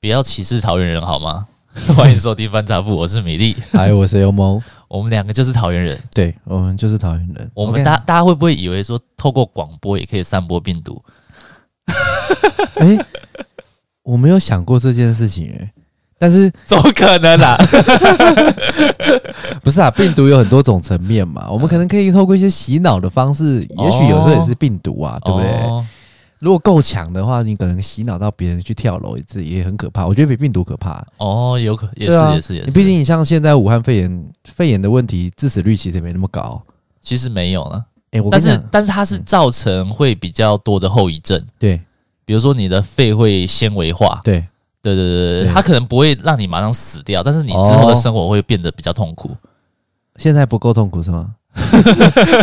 不要歧视桃园人好吗？ 欢迎收听翻查部，我是米粒， 嗨，我是 Umo，我们两个就是桃园人。对我们就是桃园人。我们 OK 大大家会不会以为说透过广播也可以散播病 毒？哎、我没有想过这件事情哎、但是怎么可能啊啦、不是啊？病毒有很多种层面嘛，我们可能可以透过一些洗脑的方式，也许有时候也是病毒啊，对不对？哦如果够强的话，你可能洗脑到别人去跳楼，这也很可怕。我觉得比病毒可怕。哦，有可也是、对啊也是也你是，毕竟你像现在武汉肺炎，肺炎的问题致死率其实也没那么高。其实没有了，哎、我但跟你是讲，但是它是造成会比较多的后遗症，对比如说你的肺会纤维化，对，对对对对，对它可能不会让你马上死掉，但是你之后的哦生活会变得比较痛苦。现在不够痛苦是吗？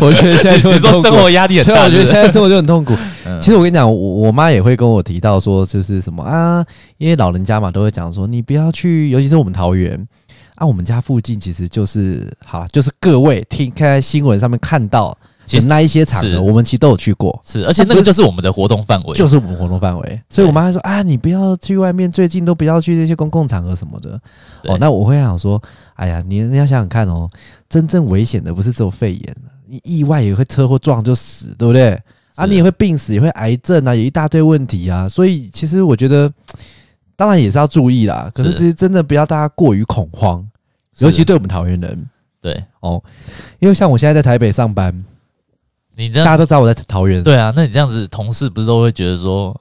我觉得现在就 你很说痛苦啊生活压力很 对，大，我觉对得不现对在生活就很痛苦。 嗯其实我跟你讲，我我妈也会跟我提到说，就是什么啊，因为老人家嘛，都会讲说，你不要去，尤其是我们桃园啊，我们家附近其实就是好，就是各位听看在新闻上面看到其的实那一些场是合，我们其实都有去过，是，而且那个就是我们的活动范围，啊就是我们活动范围。所以我妈说啊，你不要去外面，最近都不要去那些公共场合什么的。对哦，那我会想说，哎呀，你你要想想看哦，真正危险的不是只有肺炎，你意外也会车祸撞就死，对不对？啊，是你也会病死，也会癌症啊，有一大堆问题啊。所以其实我觉得，当然也是要注意啦。可是是其实真的不要大家过于恐慌，尤其是对我们桃园人，哦对因为像我现在在台北上班，你这大样家都知道我在桃园。啊对啊，那你这样子，同事不是都会觉得说，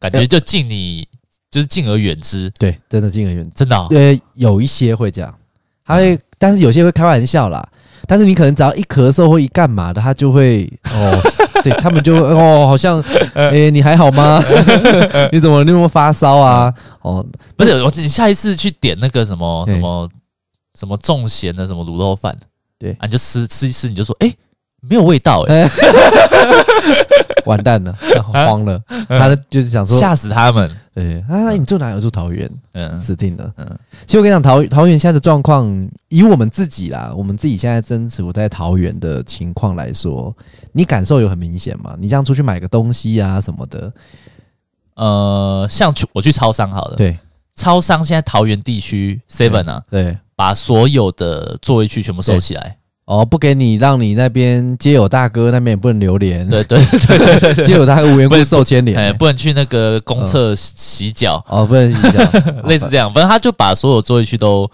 感觉就敬你、就是敬而远之，对，真的敬而远之。真的哦、嗯呃，有一些会这样，他会，但是有些会开玩笑啦。但是你可能只要一咳嗽或一干嘛的，他就会 哦，对他们就会哦，好像诶、你还好吗？ 你怎么你有没有发烧啊？嗯哦，不是我，你下一次去点那个什么对什么什么重咸的什么卤肉饭，对啊，你就吃吃一吃，你就说，哎、没有味道、诶哎完 蛋了，慌了，他就是想说，啊吓死他们，对，啊，那你住哪里？我住桃园，嗯，死定了。嗯其实我跟你讲，桃桃园现在的状况，以我们自己啦，我们自己现在身处在桃园的情况来说，你感受有很明显吗？你这样出去买个东西啊什么的，呃，像去我去超商好了，，对超商现在桃园地区 Seven 啊，对，把所有的座位区全部收起来，哦，不给你，让你那边街友大哥那边也不能榴莲，对对 对对对对街友大哥无缘不故能受牵连、哎、不能去那个公厕洗脚，，哦，不能这样 类似这样，反正他就把所有座位区都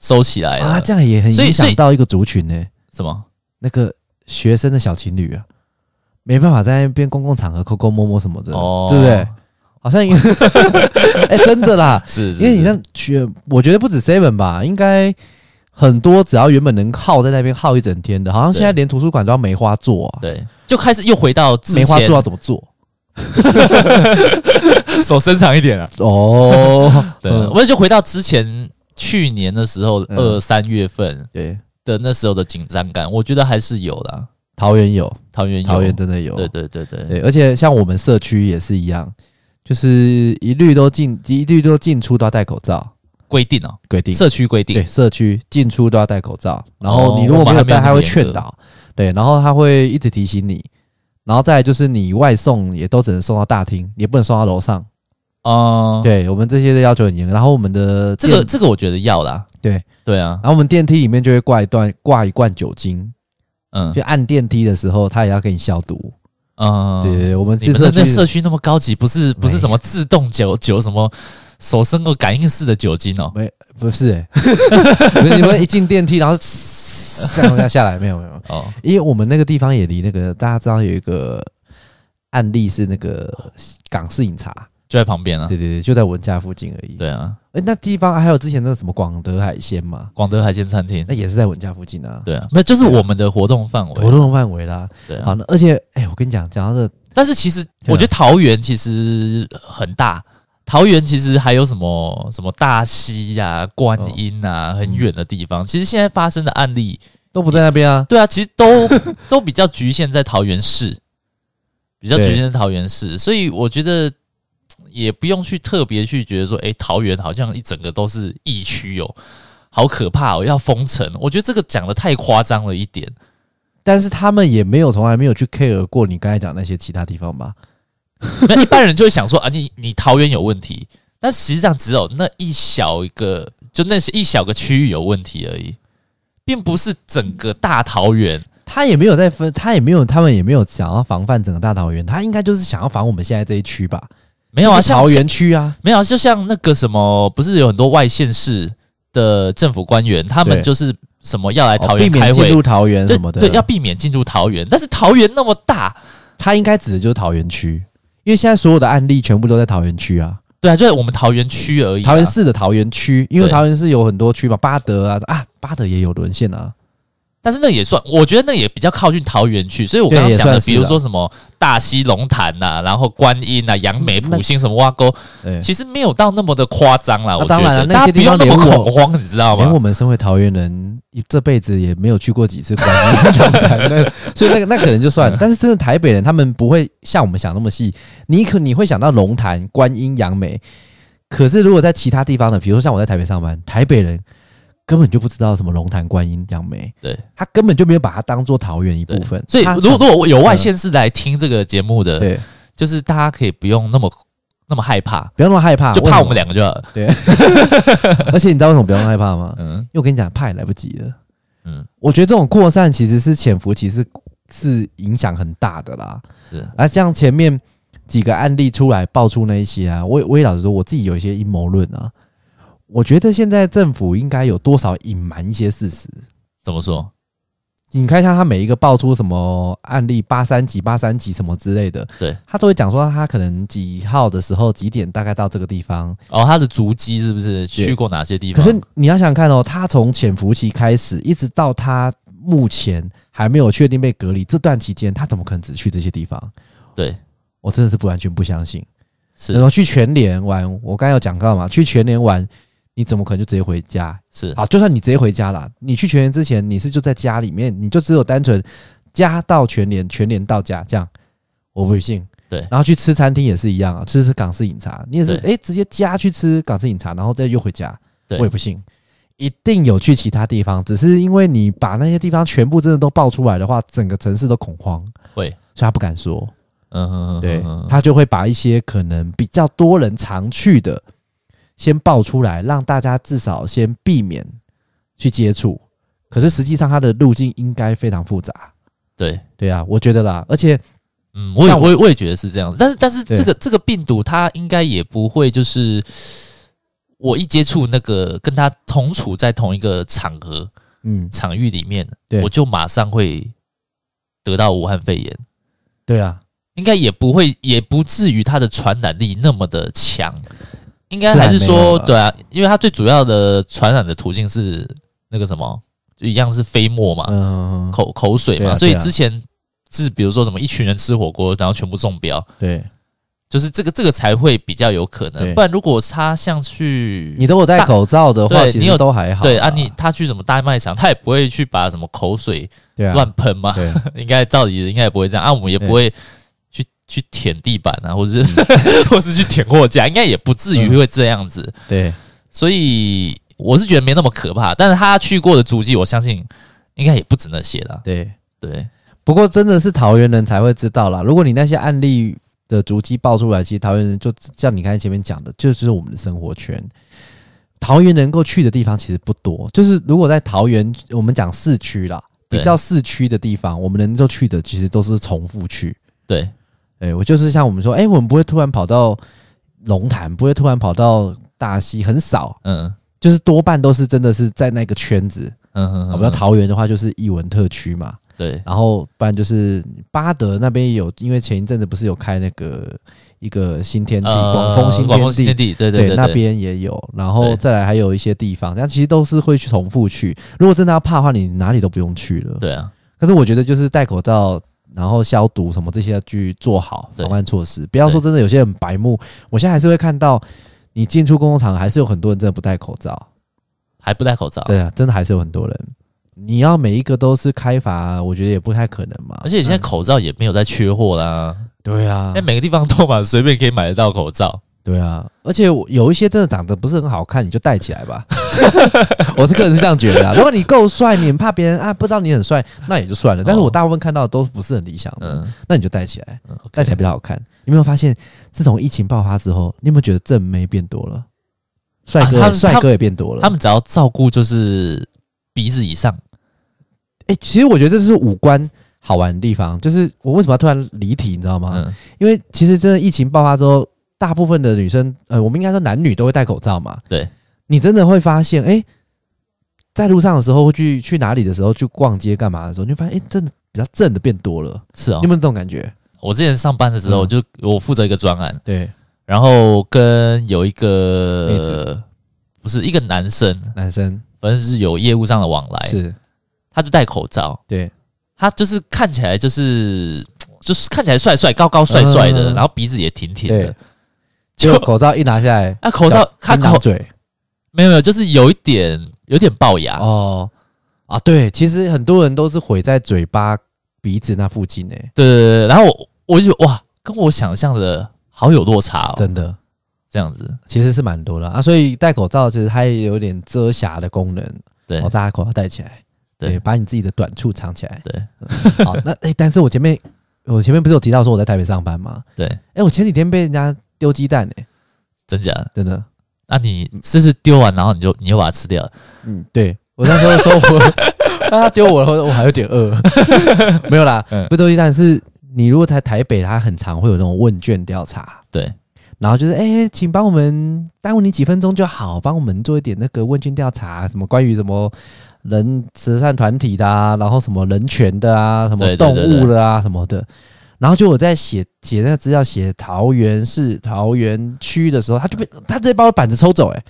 收起来了。啊，这样也很所以影所响以到一个族群呢、什么？那个学生的小情侣啊，没办法在那边公共场合抠抠摸摸什么的，哦对不对？好像也， 哎、真的啦，是，是因为你是像学，我觉得不止 Seven 吧，应该很多只要原本能耗在那边耗一整天的，好像现在对连图书馆都要梅花座啊，对，就开始又回到之梅花前座要怎么做？手伸长一点啊。哦，对，啊嗯我就回到之前去年的时候，嗯二三月份对，的那时候的紧张感，我觉得还是有啦。桃园有，桃园有，桃园真的有，对对对对，对，而且像我们社区也是一样，就是一律都进，一律都进出都要戴口罩规定哦，规定。社区规定对，社区进出都要戴口罩，然哦后你如我果们没还有没有戴，那他么会严劝格导，对，然后他会一直提醒你，然后再来就是你外送也都只能送到大厅，也不能送到楼上，哦，对我们这些的要求很严，然后我们的这个电，这个我觉得要啦。对对啊，然后我们电梯里面就会挂一段挂一罐酒精，嗯就按电梯的时候，他也要给你消毒，嗯，对对对，我们你这们那社边社区区那么高级，不是不是没什么自动酒酒什么手伸个感应式的酒精哦，不是、 欸，不是你们一进电梯，然后 这样这样下来，没有没有，哦，因为我们那个地方也离那个大家知道有一个案例是那个港式饮茶，就在旁边啊。对对对，就在我们家附近而已。对啊，诶，那地方还有之前那个什么广德海鲜嘛，广德海鲜餐厅那。也是在我们家附近啊，对啊，没有就是我们的活动范活围。动范围啦。对好，啊啊，那而且哎、我跟你讲，讲到这但是其实我觉得桃园其实很大，桃园其实还有什么什么大溪呀、观哦音啊，嗯很远的地方。其实现在发生的案例，都不在那边啊，对啊，其实都都比较局限在桃园市，比较对局限在桃园市，所以我觉得。也不用去特别去觉得说，诶、桃园好像一整个都是疫区哦，好可怕哦，要封城。我觉得这个讲的太夸张了一点。但是他们也没有从来没有去 care 过你刚才讲那些其他地方吧？那一般人就会想说啊，你你桃园有问题，但实际上只有那一小一个，就那一小个区域有问题而已，并不是整个大桃园。他也没有在分，他也没有，他们也没有想要防范整个大桃园，他应该就是想要防我们现在这一区吧？没有啊，就是像桃园区啊，没有啊，就像那个什么，不是有很多外县市的政府官员，他们对就是什么要来哦哎桃避园免开进会，入桃园对什么的。啊对，要避免进入桃园。但是桃园那么大，他应该指的就是桃园区，因为现在所有的案例全部都在桃园区啊，对啊，就是我们桃园区而已啊、桃园市的桃园区，因为对桃园市有很多区嘛，巴德啊啊，巴德也有沦陷啊，但是那也算，我觉得那也比较靠近桃园去，所以我刚刚对讲也的，算是啊比如说什么大溪龙潭呐、然后观音呐、啊杨梅、那普星什么挖沟，对，其实没有到那么的夸张啦。那我觉当然得了那大家些不地用方那么连我恐慌，你知道连吗我？们身为桃园人，这辈子也没有去过几次观音龙潭，那所以那个那可能就算 了。但是真的台北人，他们不会像我们想那么细。你可你会想到龙潭、观音、杨梅，可是如果在其他地方的，比如说像我在台北上班，台北人根本就不知道什么龙潭、观音、杨梅，对他根本就没有把它当做桃园一部对分。嗯所以他如想果如果有外县市来听这个节目的，对，就是大家可以不用那么那么害怕，不要那么害怕，就怕我们 俩。两个就好了 而且你知道为什么不要那么害怕吗？嗯因为我跟你讲，怕也来不及了。嗯，我觉得这种扩散其实是潜伏期是是影响很大的啦。是啊，像前面几个案例出来爆出那一些啊，我也我也老实说，我自己有一些阴谋论啊。我觉得现在政府应该有多少隐瞒一些事实。怎么说？你看像他每一个爆出什么案例八三几八三几什么之类的，对他都会讲说他可能几号的时候几点大概到这个地方。哦，他的足迹是不是去过哪些地可方？是你要想想看哦，他从潜伏期开始，一直到他目前还没有确定被隔离这段期间，他怎么可能只去这些地方？对，我真的是不完全不相信。然是后去全联玩，我刚才有讲到嘛，去全联玩，你怎么可能就直接回家？是好，就算你直接回家啦，你去全联之前，你是就在家里面，你就只有单纯家到全联，全联到家这样，我不信。对然后去吃餐厅也是一样啊，吃吃港式饮茶，你也是诶，直接家去吃港式饮茶，然后再又回家，对我也不信。一定有去其他地方，只是因为你把那些地方全部真的都爆出来的话，整个城市都恐慌，会所以他不敢说。嗯嗯嗯，对嗯嗯，他就会把一些可能比较多人常去的先爆出来，让大家至少先避免去接触。可是实际上，它的路径应该非常复杂。对。对啊，我觉得啦，而且嗯，我也像我我也我也觉得是这样子，但是但是对这个这个病毒它应该也不会就是我一接触那个跟它同处在同一个场合嗯，场域里面，对我就马上会得到武汉肺炎，对啊，应该也不会也不至于它的传染力那么的强，应该是还还是没有说啦对啊，因为它最主要的传染的途径是那个什么，就一样是飞沫嘛，嗯，口口水对嘛，啊所以对啊之前是比如说什么一群人吃火锅，然后全部中标。对就是这个这个才会比较有可对能。不然如果他像去你都有戴大口罩的话，对其你有实都还好啦。对啊你，他去什么大卖场，他也不会去把什么口水对啊乱喷嘛，对应该照理应该也不会这样啊。我们也对嗯不会去去舔地板啊，或者是、 或是去舔货架，应该也不至于会这样子。对所以我是觉得没那么可怕，但是他去过的足迹，我相信应该也不止那些啦。对。对，不过真的是桃园人才会知道啦。如果你那些案例的足迹爆出来，其实桃园人就像你刚才前面讲的，就就是我们的生活圈。桃园能够去的地方其实不多，就是如果在桃园，我们讲市区啦，对比较市区的地方，我们能够去的其实都是重复去。对，哎，我就是像我们说，哎、我们不会突然跑到龙潭，不会突然跑到大溪，很少，嗯就是多半都是真的是在那个圈子。嗯嗯，我们要桃园的话，就是艺文特区嘛，对然后不然就是巴德那边也有，因为前一阵子不是有开那个一个新天地，广丰新呃广丰天新地天。地，对对那对，边也有，然后对再来还有一些地方，但其实都是会去重复去。如果真的要怕的话，你哪里都不用去了。对啊，可是我觉得就是戴口罩，然后消毒什么这些要去做好对防范措施，不要说真的有些人白目。我现在还是会看到你进出公共场，还是有很多人真的不戴口啊罩。还不戴口罩，对啊，真的还是有很多人。你要每一个都是开罚，我觉得也不太可能嘛。而且现在口罩也没有在缺货啦，对啊现在，每个地方都嘛随便可以买得到口罩。对啊，而且我有一些真的长得不是很好看，你就戴起来吧。 我是个人是这样觉得啊。如果你够帅，你很怕别人啊不知道你很帅，那也就算了。但是我大部分看到的都不是很理想的，哦嗯，那你就戴起来，嗯，OK 戴起来比较好看。你有没有发现，自从疫情爆发之后，你有没有觉得正妹变多了？帅啊他哥，们帅、哥也变多了。他们只要照顾就是鼻子以上，哎、其实我觉得这是五官好玩的地方。就是我为什么要突然离题，你知道吗？嗯因为其实真的疫情爆发之后，大部分的女生，呃，我们应该说男女都会戴口罩嘛。对，你真的会发现，哎、在路上的时候，或去去哪里的时候，去逛街干嘛的时候，你就发现，哎、真的比较正的变多了。是哦你有。没有这种感觉？我之前上班的时候，嗯就我负责一个专案，对，然后跟有一妹个子不是一个男生，男生反正是有业务上的往来，是，他就戴口罩，对，他就是看起来就是就是看起来帅帅高高帅帅的，嗯然后鼻子也挺挺的对，就就口罩一拿下来，啊口罩他看口嘴没有没有，就是有一点有点龅牙，哦啊，对，其实很多人都是毁在嘴巴、鼻子那附近诶、欸对对对，对然后我我就觉得哇，跟我想象的好有落差哦，真的。这样子，其实是蛮多的啊，所以戴口罩其实它也有点遮瑕的功能，对哦，大家口罩戴起来，对把你自己的短处藏起来，对嗯。好，那诶、但是我前面我前面不是有提到说我在台北上班吗？对，诶、我前几天被人家丢鸡蛋诶、真假的？真的，那你这是丢完，然后你就你就把它吃掉了，嗯，对我那时候说我， 那他丢我了，我还有点饿， 没有啦，嗯不是丢鸡蛋是你如果在台北，它很常会有那种问卷调查，对，然后就是，哎、请帮我们耽误你几分钟就好，帮我们做一点那个问卷调查，什么关于什么人慈善团体的啊，然后什么人权的啊，什么对对动对物的啊，什么的。然后就我在写写那个资料，写桃园市桃园区的时候，他就被他直接把我板子抽走、哎，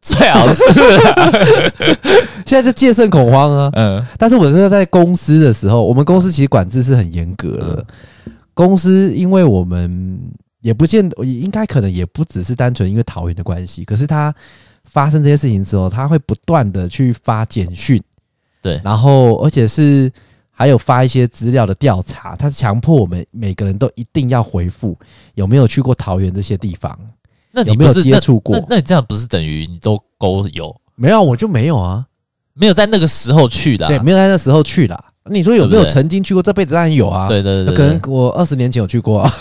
最好是啊、现在就戒慎恐慌 啊。嗯，但是我是在公司的时候，我们公司其实管制是很严格的。嗯公司因为我们也不见得，也应该可能也不只是单纯因为桃园的关系，可是他发生这些事情之后，他会不断的去发简讯，对然后而且是还有发一些资料的调查，他强迫我们每个人都一定要回复有没有去过桃园这些地方，那你有没不有是接触过那那？那你这样不是等于你都勾有，没有，我就没有啊，没有在那个时候去的啊、对，没有在那时候去啦。你说有没对有不对曾经去过？这辈子当然有啊，对对那对对，可能我二十年前有去 过、啊，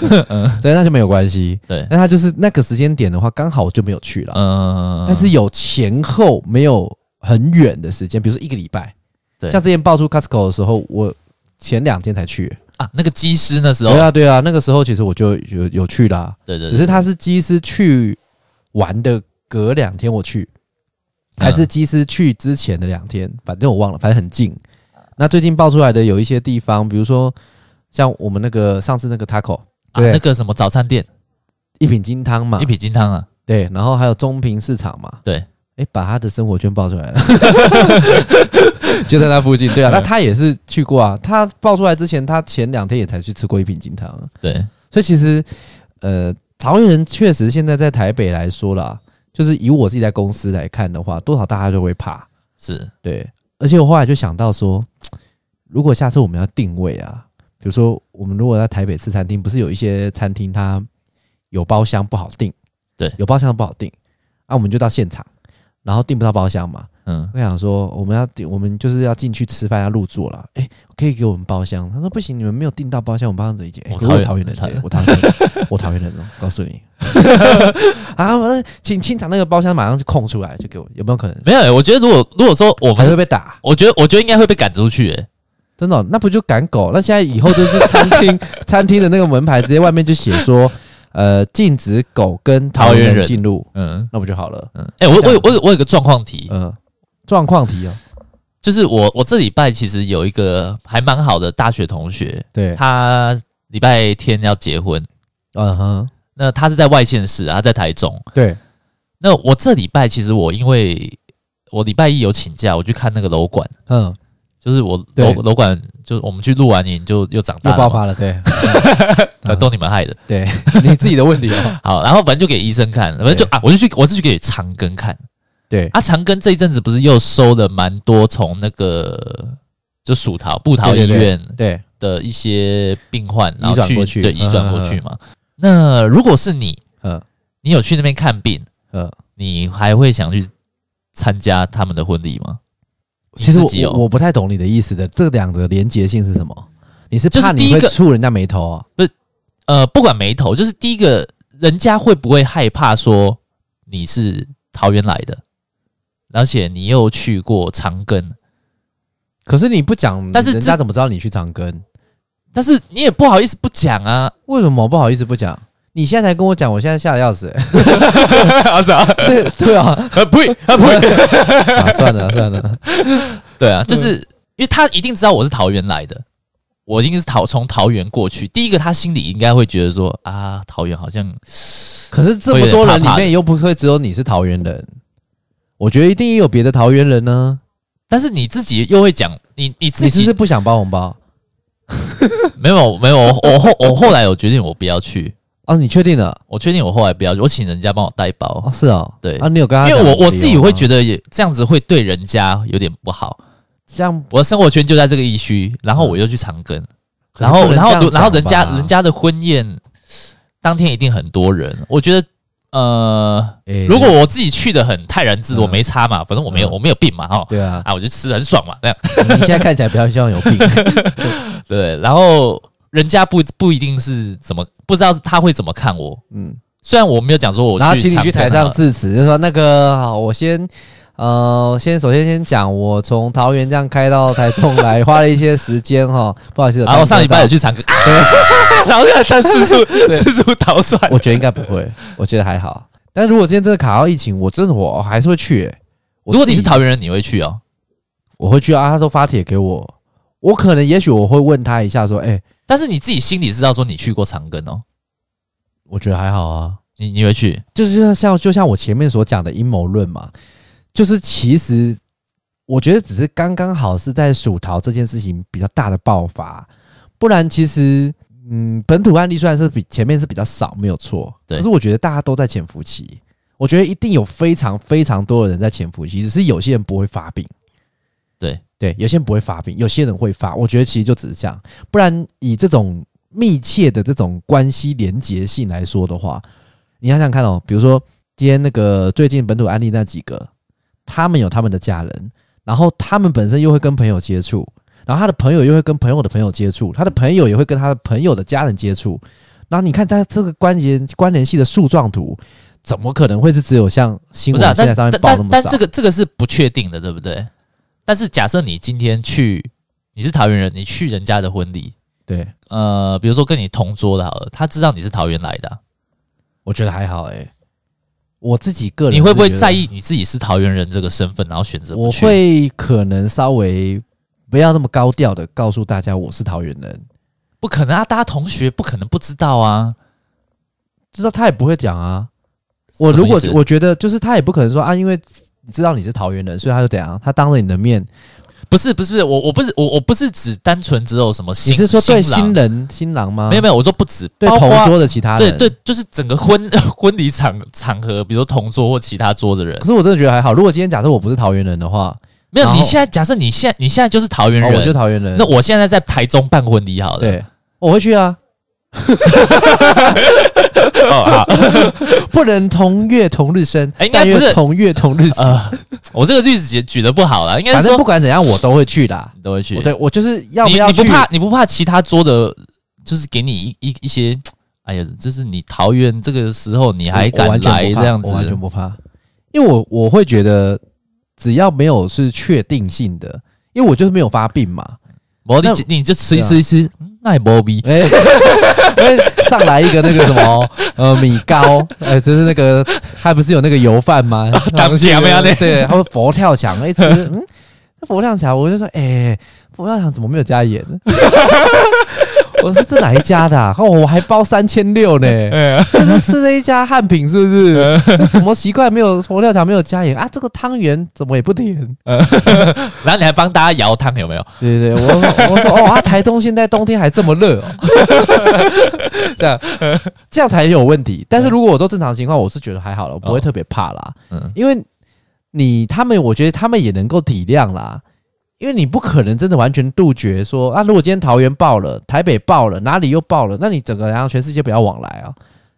对，那就没有关系。对，那他就是那个时间点的话，刚好我就没有去了。嗯，但是有前后没有很远的时间，比如说一个礼拜。对像之前爆出 Costco 的时候，我前两天才去。啊，那个机师那时候对，啊，对啊，那个时候其实我就有有去啦，对对，对只是他是机师去玩的隔两天我去，嗯还是机师去之前的两天，反正我忘了，反正很近。那最近爆出来的有一些地方，比如说像我们那个上次那个 Taco。啊对那个什么早餐店一品金汤嘛一，品金汤啊，对，然后还有中平市场嘛，对，哎，把他的生活圈爆出来 了， 就在那附近，对啊，那他也是去过啊，他爆出来之前，他前两天也才去吃过一品金汤，啊对，所以其实，呃，桃园人确实现在在台北来说啦，就是以我自己在公司来看的话，多少大家就会怕，是对，而且我后来就想到说，如果下次我们要定位啊，比如说我们如果在台北吃餐厅，不是有一些餐厅它有包厢不好订，对有包厢不好订，啊，我们就到现场，然后订不到包厢嘛，嗯，我想说我们要订，我们就是要进去吃饭要入座了，哎、可以给我们包厢，他说不行，你们没有订到包厢，我们包厢怎么解？我可是我桃桃园园人人欸，我桃园人，我桃园人哦，告诉 你，啊，我请清场那个包厢马上就空出来，就给我，有没有可能？没有欸，我觉得如果如果说我还们是是会，被打？我觉得我觉得应该会被赶出去欸，真的哦、那不就赶狗？那现在以后就是餐厅 餐厅的那个门牌，直接外面就写说，呃，禁止狗跟桃桃园园人人进入，嗯那不就好了？嗯，哎，我这我样有我有我有个状况题，嗯、呃，状况题哦，就是我我这礼拜其实有一个还蛮好的大学同学，对，他礼拜天要结婚，嗯哼，那他是在外县市啊，他在台中。对，那我这礼拜其实我因为我礼拜一有请假，我去看那个楼管，嗯，就是我楼对楼管，就是我们去录完影就又长大又了嘛爆，嗯发了，对呃都你们害的。 对，你自己的问题哦，好，然后反正就给医生看，反正就啊，我就去我是去给长庚看对，啊，长庚这一阵子不是又收了蛮多从那个就蜀桃布桃医对对对院对，的一些病患，然移后转去过去对移转嗯过嗯去嘛。那如果是你，嗯你有去那边看病，嗯，你还会想去参加他们的婚礼吗？其实你自己我哦我我不太懂你的意思的，这两个连结性是什么？你是就是怕第你一会个触人家眉头啊？呃，不管眉头，就是第一个，人家会不会害怕说你是桃园来的，而且你又去过长庚，可是你不讲，但是人这家怎么知道你去长庚？但是你也不好意思不讲啊，为什么不好意思不讲？你现在才跟我讲，我现在吓得要死、欸。啊啥？对 对啊，啊呸啊呸！啊算了算了， 对啊，就是因为他一定知道我是桃园来的，我一定是桃从桃园过去。第一个，他心里应该会觉得说啊，桃园好像可是这么多人里面又不会只有你是桃园人，我觉得一定也有别的桃园人呢、但是你自己又会讲，你你自你是己不是不想包红包？没有没有，我我后我后来有决定我不要去，哦，你确定了？我确定我后来不要去，我请人家帮我带包哦，，是哦，对啊，你有跟他因为讲理我由吗，我自己会觉得也这样子会对人家有点不好。这样，我的生活圈就在这个疫区，然后我又去长庚，嗯可然是不后能然这样后讲然后人家吧人，家的婚宴当天一定很多人，我觉得呃，诶如果我自己去的很泰然自若，嗯没差嘛，反正我没有嗯我没有病嘛哈。对啊，啊，我就吃的很爽嘛，那样你现在看起来比较像有病，对。然后人家不不一定是怎么，不知道他会怎么看我。嗯，虽然我没有讲说我，然后请你去台上，致辞，就说那个好，我先。呃，先首先先讲，我从桃园这样开到台中来，花了一些时间哈，不好意思。然后上礼拜有去 长庚，啊、然后他四处四处逃窜，我觉得应该不会，我觉得还好。但如果今天真的卡到疫情，我真的我还是会去、欸。我如果你自是己桃园人，你会去哦。我会去啊，他都发帖给我，我可能也许我会问他一下，说，哎、但是你自己心里知道说你去过长庚哦，我觉得还好啊，你你会去？就是像就像我前面所讲的阴谋论嘛，就是其实我觉得只是刚刚好是在蜀桃这件事情比较大的爆发，不然其实嗯本土案例虽然是比前面是比较少没有错，对可是我觉得大家都在潜伏期，我觉得一定有非常非常多的人在潜伏期，只是有些人不会发病。对对，有些人不会发病，有些人会发。我觉得其实就只是这样，不然以这种密切的这种关系连结性来说的话，你想想看哦，比如说今天那个最近本土案例那几个，他们有他们的家人，然后他们本身又会跟朋友接触，然后他的朋友又会跟朋友的朋友接触，他的朋友也会跟他的朋友的家人接触，然后你看他这个关联关联系的树状图，怎么可能会是只有像新不闻是啊，但现在是但上面报那但么但少？这个这个是不确定的，对不对？但是假设你今天去，你是桃园人，你去人家的婚礼，对，呃，比如说跟你同桌的好了，他知道你是桃园来的啊、我觉得还好哎、我自己个人你会不会是觉得在意你自己是桃园人这个身份，然后选择不我去？会可能稍微不要那么高调的告诉大家我是桃园人，不可能啊，大家同学不可能不知道啊。知道他也不会讲啊。我如果什么意思我觉得就是他也不可能说啊，因为你知道你是桃园人，所以他就怎样，他当着你的面，不是不是不是，我我不是我我不是指单纯只有什么新，你是说对郎新人新郎吗？没有没有，我说不止，对包括同桌的其他对人。对，就是整个婚 婚礼场场合，比如说同桌或其他桌的人可，是我真的觉得还好。如果今天假设我不是桃园人的话，没有。然后你现在假设你现在你现在就是桃园哦，人，我就桃园人。那我现在在台中办婚礼好了。对，我会去啊。哦，好，不能同月同日生，哎应该但不是愿同月同日死。呃，我这个例子举举的不好了，应该反是正说不管怎样，我都会去的啊。你都会去我。对我就是要你要你去？不怕你不怕其他桌的，就是给你一一一些，哎呀，就是你桃园这个时候你还我敢完全来不怕这样子我？完全不怕，因为我我会觉得只要没有是确定性的，因为我就是没有发病嘛。我你那你就吃一对啊吃一吃，嗯那也不逼。哎、 因为上来一个那个什么呃米糕，哎、就是那个他不是有那个油饭吗？ 当家啊没有呢对，他会佛跳墙一吃，嗯，那佛跳墙我就说，哎、佛跳墙怎么没有加盐？ 我说这哪一家的、啊？哦，我还包三千 六呢。哎这是吃了一家汉品是不是？ 那怎么奇怪没有佛跳墙没有加盐啊？这个汤圆怎么也不甜？然后你还帮大家舀汤，有没有？对对对，我我说哦啊，台中现在冬天还这么热、哦， 这样这样才有问题。但是如果我都正常情况，我是觉得还好了，我不会特别怕啦。嗯因为你他们，我觉得他们也能够体谅啦。因为你不可能真的完全杜绝说啊，如果今天桃园爆了，台北爆了，哪里又爆了，那你整个然后全世界不要往来啊。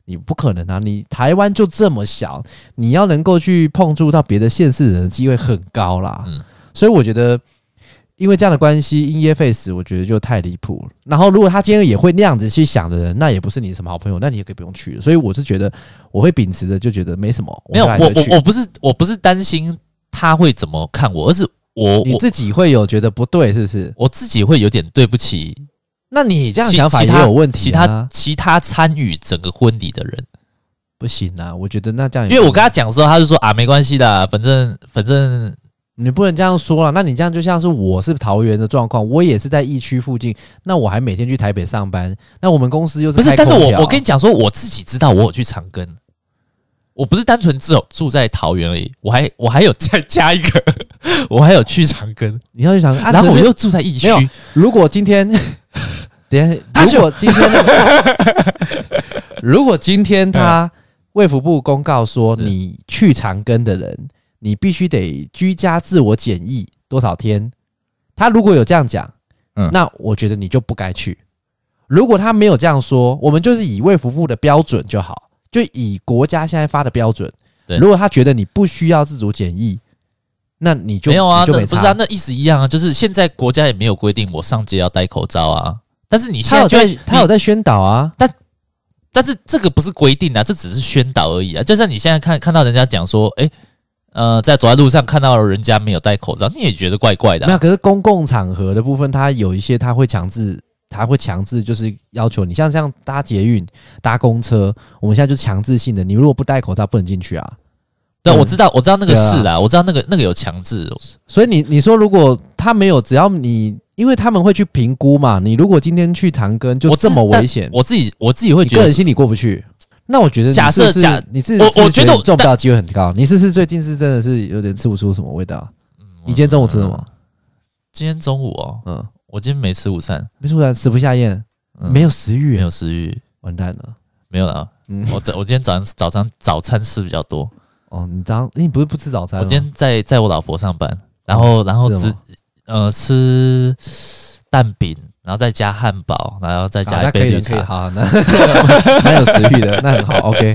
你不可能啊！你台湾就这么小，你要能够去碰触到别的县市的人的机会很高啦。嗯所以我觉得，因为这样的关系，因噎废食，我觉得就太离谱了。然后，如果他今天也会那样子去想的人，那也不是你什么好朋友，那你也可以不用去了。所以，我是觉得我会秉持着就觉得没什么，没有，我就还我是会去我我不是我不是担心他会怎么看我，而是我你我自己会有觉得不对，是不是？我自己会有点对不起那你这样其想法其也他有问其题、啊，他其他参与整个婚礼的人，不行啊！我觉得那这样也因为不行，我跟他讲的时候，他就说啊，没关系的，反正反正你不能这样说了。那你这样就像是我是桃园的状况，我也是在疫区附近，那我还每天去台北上班，那我们公司又不是开，但是空我调我跟你讲说，我自己知道我有去长庚，我不是单纯只有住在桃园而已，我还我还有再加一个， 我还有去长庚，你要去想，啊、然后可我是又住在疫区没，有如果今天， 等一他下，是如果今天 那个，如果今天他卫福部公告说，嗯是你去长庚的人，你必须得居家自我检疫多少天？他如果有这样讲，嗯那我觉得你就不该去。如果他没有这样说，我们就是以卫福部的标准就好，就以国家现在发的标准。对如果他觉得你不需要自主检疫，那你就没有啊，你就那没不差是啊，那意思一样啊，就是现在国家也没有规定我上街要戴口罩啊，但是你现他在有就在他有在宣导啊。但是这个不是规定啊，这只是宣导而已啊。就像你现在看看到人家讲说，诶，呃，在走在路上看到人家没有戴口罩，你也觉得怪怪的没啊、有，可是公共场合的部分，它有一些它会强制，它会强制就是要求你，像像搭捷运、搭公车，我们现在就强制性的，你如果不戴口罩不能进去啊。对，嗯我知道，我知道那个对啊是啦，我知道那个那个有强制，所以你你说如果他没有，只要你，因为他们会去评估嘛，你如果今天去长庚就我这自么危但险，我自己我自己会你觉个得人，心里过不去。那我觉得你假是不设是假你是我是不是我觉得我中不到机会很高，你是不是最近是真的是有点吃不出什么味道？嗯你今天中午吃什么？今天中午哦，嗯，我今天没吃午餐，没突然吃不下咽，嗯没有食欲没，有食欲，完蛋了。没有啦。嗯我早我今天早上早上早餐吃比较多，哦，你当你不是不吃早餐我吗？今天在在我老婆上班，然后然后啊哦是只吗呃吃蛋饼，然后再加汉堡，然后再好加啊那一可杯以绿的，可以，茶。好，那 蛮有食欲的，那很好，OK。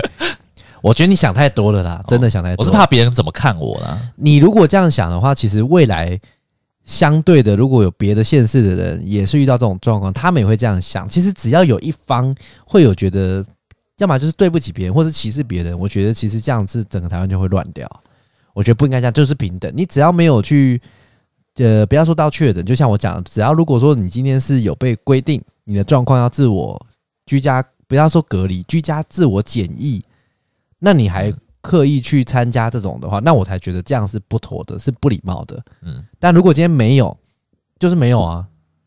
我觉得你想太多了啦，真的想太哦我多。是怕别人怎么看我啦。你如果这样想的话，其实未来相对的，如果有别的县市的人也是遇到这种状况，他们也会这样想。其实只要有一方会有觉得，要么就是对不起别人，或是歧视别人，我觉得其实这样子整个台湾就会乱掉。我觉得不应该这样，就是平等。你只要没有去，呃，不要说到确诊，就像我讲的，只要如果说你今天是有被规定你的状况要自我居家，不要说隔离，居家自我检疫，那你还刻意去参加这种的话，那我才觉得这样是不妥的，是不礼貌的。嗯，但如果今天没有，就是没有啊，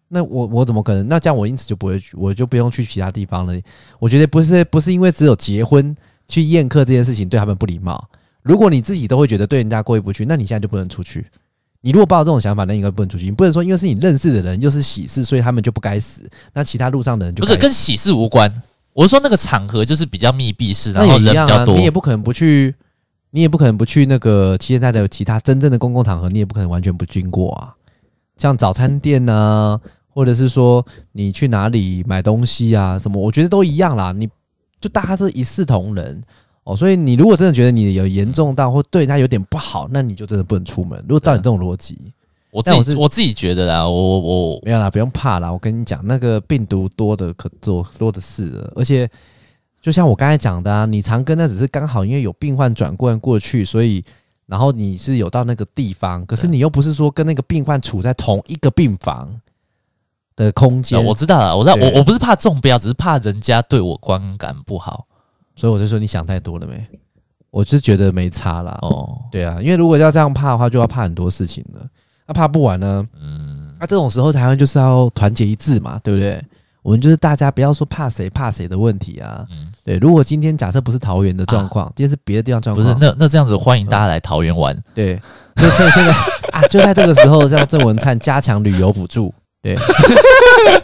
那我我怎么可能？那这样我因此就不会去，我就不用去其他地方了。我觉得不是不是因为只有结婚去宴客这件事情对他们不礼貌。如果你自己都会觉得对人家过意不去，那你现在就不能出去。你如果抱着这种想法，那你应该不能出去。你不能说因为是你认识的人，又是喜事，所以他们就不该死。那其他路上的人就不是该死跟喜事无关。我是说那个场合就是比较密闭式，那然后也一人样比啊较，多你。也不可能不去，你也不可能不去那个现在的其他真正的公共场合，你也不可能完全不经过啊。像早餐店呐、或者是说你去哪里买东西啊，什么，我觉得都一样啦。你就大家是一视同仁哦，所以你如果真的觉得你有严重到或对人家有点不好，那你就真的不能出门。如果照啊你这种逻辑，我自但我己是我自己觉得啦，我我我没有啦，不用怕啦。我跟你讲，那个病毒多的可多多的是了，而且就像我刚才讲的啊，你长庚那只是刚好因为有病患转过过去，所以然后你是有到那个地方，可是对你又不是说跟那个病患处在同一个病房的空间，我知道了，我知道，对我我不是怕中标，只是怕人家对我观感不好。所以我就说你想太多了没？我是觉得没差啦。哦，对啊，因为如果要这样怕的话，就要怕很多事情了。那怕不完呢？嗯，那、这种时候台湾就是要团结一致嘛，对不对？我们就是大家不要说怕谁怕谁的问题啊。嗯啊对，如果今天假设不是桃园的状况，今天是别的地方状不况，是，那那这样子，欢迎大家来桃园玩。对，就趁现在 啊，就在这个时候让郑文灿加强旅游补助，对，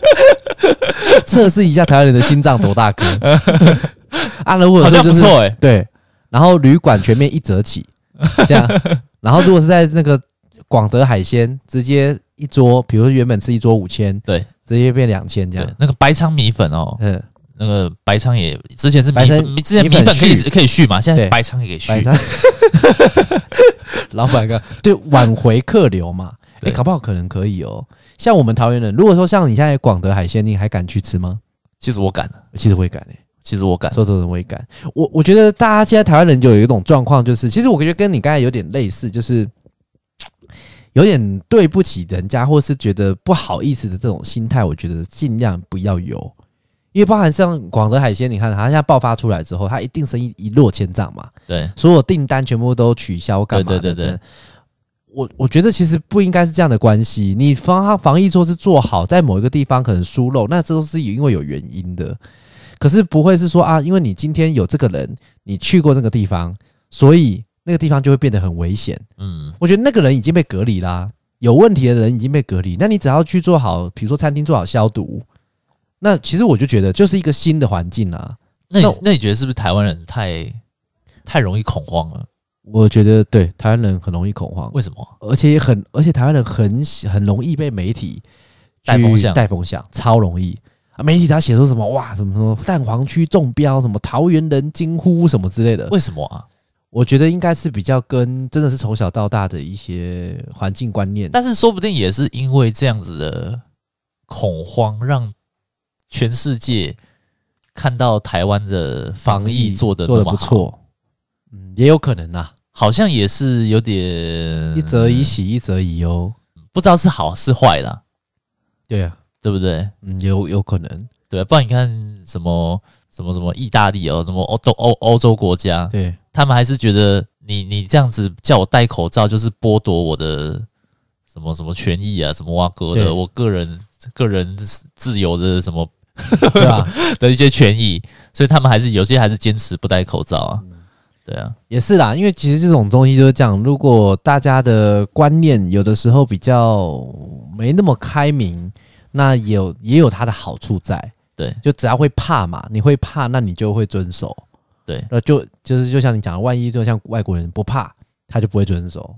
测试一下台湾人的心脏 多大颗啊！如果好说像就不是错哎、欸，对，然后旅馆全面一折起，这样。然后如果是在那个广德海鲜，直接一桌，比如说原本是一桌五千，对，直接变两千这对样。那个白仓米粉哦，嗯，那个白仓也之前是白米仓粉，之前米米粉粉可以续可以续嘛，现在对白仓也可以续摆。上老板哥，对，挽回客流嘛，哎、对搞不好可能可以哦。像我们桃园人，如果说像你现在广德海鲜，你还敢去吃吗？其实我敢，啊其实会敢欸诶、其实我敢。啊说真的会敢。我我觉得大家现在台湾人就有一种状况，就是其实我觉得跟你刚才有点类似，就是有点对不起人家，或是觉得不好意思的这种心态，我觉得尽量不要有。因为包含像广德海鲜，你看它现在爆发出来之后，它一定生意一落千丈嘛。对，所有订单全部都取消，干嘛的？对对对对我我觉得其实不应该是这样的关系。你防防疫措施做好，在某一个地方可能疏漏，那这都是因为有原因的。可是不会是说啊，因为你今天有这个人，你去过那个地方，所以那个地方就会变得很危险。嗯，我觉得那个人已经被隔离啦，有问题的人已经被隔离，那你只要去做好，比如说餐厅做好消毒，那其实我就觉得就是一个新的环境啊。那那你我那你觉得是不是台湾人太太容易恐慌了？我觉得对台湾人很容易恐慌，为什么？啊而且也很，而且台湾人很喜很容易被媒体带去风向带风向，超容易啊！媒体他写出什么哇，什么什么蛋黄区中标，什么桃园人惊呼什么之类的，为什么啊？我觉得应该是比较跟真的是从小到大的一些环境观念，但是说不定也是因为这样子的恐慌，让全世界看到台湾的防疫做的做的不，错，嗯，也有可能啦，好像也是有点一则以喜，一则以忧，不知道是好是坏啦，对啊，对不对？嗯，有有可能，对，不然你看什么什么什么意大利哦，什么欧东欧欧洲国家，对，他们还是觉得你你这样子叫我戴口罩，就是剥夺我的什么什么权益啊，什么哇哥对的，我个人个人自由的什么对啊，的一些权益，所以他们还是有些还是坚持不戴口罩啊。嗯对啊，也是啦，因为其实这种东西就是这样，如果大家的观念有的时候比较没那么开明，那也有也有它的好处在。对，就只要会怕嘛，你会怕，那你就会遵守。对，那就就是就像你讲的，万一就像外国人不怕，他就不会遵守。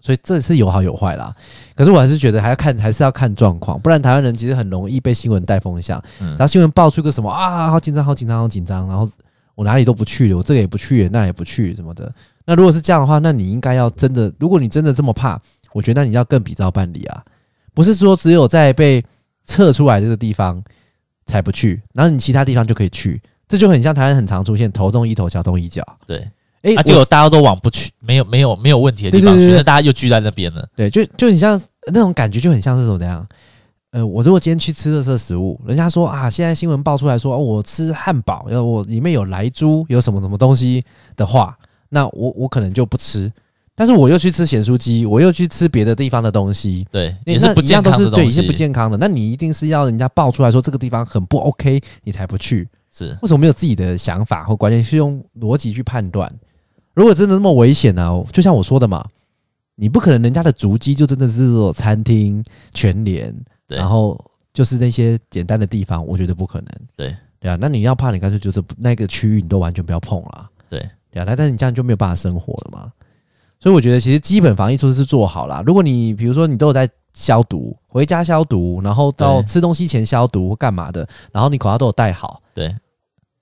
所以这是有好有坏啦。可是我还是觉得还要看，还是要看状况，不然台湾人其实很容易被新闻带风向，嗯然后新闻爆出个什么啊，好紧张，好紧张，好紧张，然后我哪里都不去了，我这个也不去，那也不去什么的。那如果是这样的话，那你应该要真的，如果你真的这么怕，我觉得那你要更比照办理啊，不是说只有在被测出来这个地方才不去，然后你其他地方就可以去，这就很像台湾很常出现头动一头，脚动一脚。对，哎、啊，我结果大家都往不去没有没有没有问题的地方对对去，对对那大家又聚在那边了。对，就就很像那种感觉，就很像是什么怎样？呃，我如果今天去吃热色食物，人家说啊，现在新闻爆出来说，哦、我吃汉堡，要我里面有莱猪，有什么什么东西的话，那我我可能就不吃。但是我又去吃咸酥鸡，我又去吃别的地方的东西，对，那也是那不一健样都康是的对，东也是西，不健康的。那你一定是要人家爆出来说这个地方很不 OK，你才不去。是为什么没有自己的想法或观念，是用逻辑去判断？如果真的那么危险呢、啊就像我说的嘛，你不可能人家的足迹就真的是这种餐厅、全联，对然后就是那些简单的地方，我觉得不可能。对对啊，那你要怕，你干脆就是不那个区域你都完全不要碰啦。对对啊，那但是你这样就没有办法生活了嘛。所以我觉得其实基本防疫措施是做好啦。如果你比如说你都有在消毒，回家消毒，然后到对吃东西前消毒或干嘛的，然后你口罩都有戴好，对，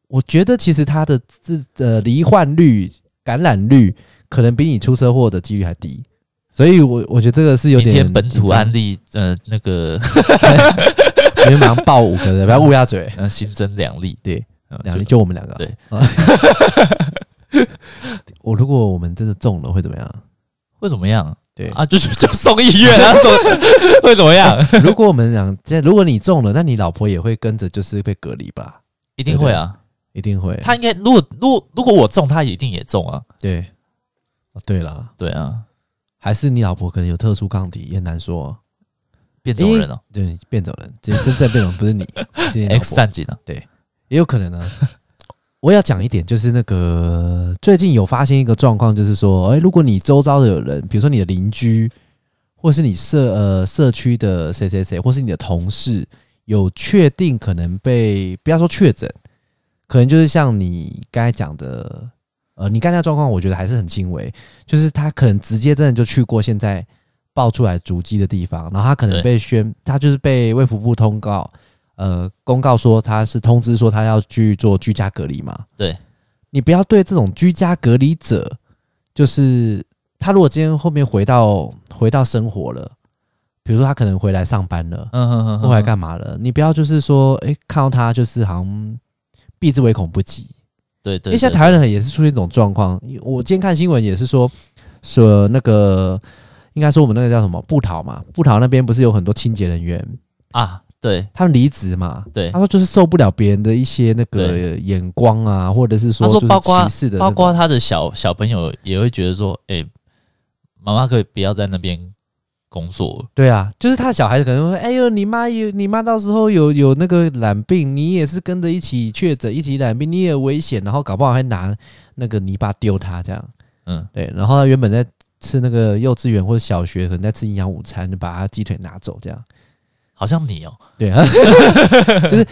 我觉得其实他的自呃罹患率、感染率可能比你出车祸的几率还低，所以我我觉得这个是有明点天本土案例，例，呃，那个明天马上爆五个 人，不要乌鸦嘴，呃新增两例，对嗯，两就例就我们两个。对啊， 我如果我们真的中了会怎么样？会怎么样对啊，啊？就是 就送医院 啊，怎么会怎么样？如果我们两，这如果你中了，那你老婆也会跟着就是被隔离吧？一定会啊，一定会。他应该如果如果如果我中，他一定也中啊，对，哦对啦，对啊，还是你老婆可能有特殊抗体，也很难说哦。变种人哦对，变种人，真真正变种人不是你是你老 婆，X 战警啊，也有可能啊。 我要讲一点，就是那个最近有发现一个状况，就是说，哎、如果你周遭的有人，比如说你的邻居，或是你社呃社区的谁谁谁，或是你的同事，有确定可能被不要说确诊，可能就是像你刚才讲的，呃，你刚才的状况，我觉得还是很轻微，就是他可能直接真的就去过现在爆出来足迹的地方，然后他可能对被宣，他就是被卫福部通告，呃公告说他是通知说他要去做居家隔离嘛。对，你不要对这种居家隔离者，就是他如果今天后面回到回到生活了，比如说他可能回来上班了，嗯哼哼哼，或回来干嘛了，你不要就是说，诶，看到他就是好像避之唯恐不及。对对，因为现在对台湾人也是出现一种状况，我今天看新闻也是说，说那个应该说我们那个叫什么布桃嘛，布桃那边不是有很多清洁人员，啊，对他们离职嘛，对他，说就是受不了别人的一些那个眼光啊，或者是说他说就是包括歧视的那包种，括他的小小朋友也会觉得说，哎、妈妈可以不要在那边工作了，对啊，就是他的小孩子可能会，哎呦，你妈有你妈到时候有有那个染病，你也是跟着一起确诊，一起染病，你也危险，然后搞不好还拿那个泥巴丢他这样。嗯，对，然后他原本在吃那个幼稚园或者小学，可能在吃营养午餐，就把他鸡腿拿走，这样。好像你哦、对，啊 就是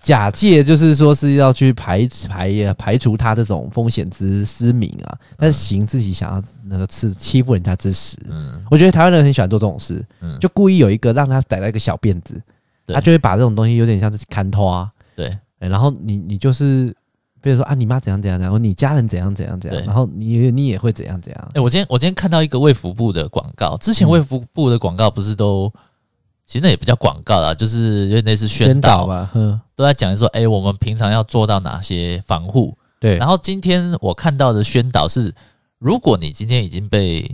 假借就是说是要去排排排除他这种风险之失明啊，但是行自己想要那个吃欺负人家之实。嗯，我觉得台湾人很喜欢做这种事，嗯就故意有一个让他逮到一个小辫子，对他就会把这种东西有点像是看透啊，对欸然后你你就是。比如说啊，你妈怎样怎样怎样，或你家人怎样怎样怎样，对然后你你也会怎样怎样哎、，我今天我今天看到一个卫福部的广告，之前嗯卫福部的广告不是都，其实那也不叫广告啦，就是有点类似宣导，吧，嗯，都在讲说，哎、我们平常要做到哪些防护。对，然后今天我看到的宣导是，如果你今天已经被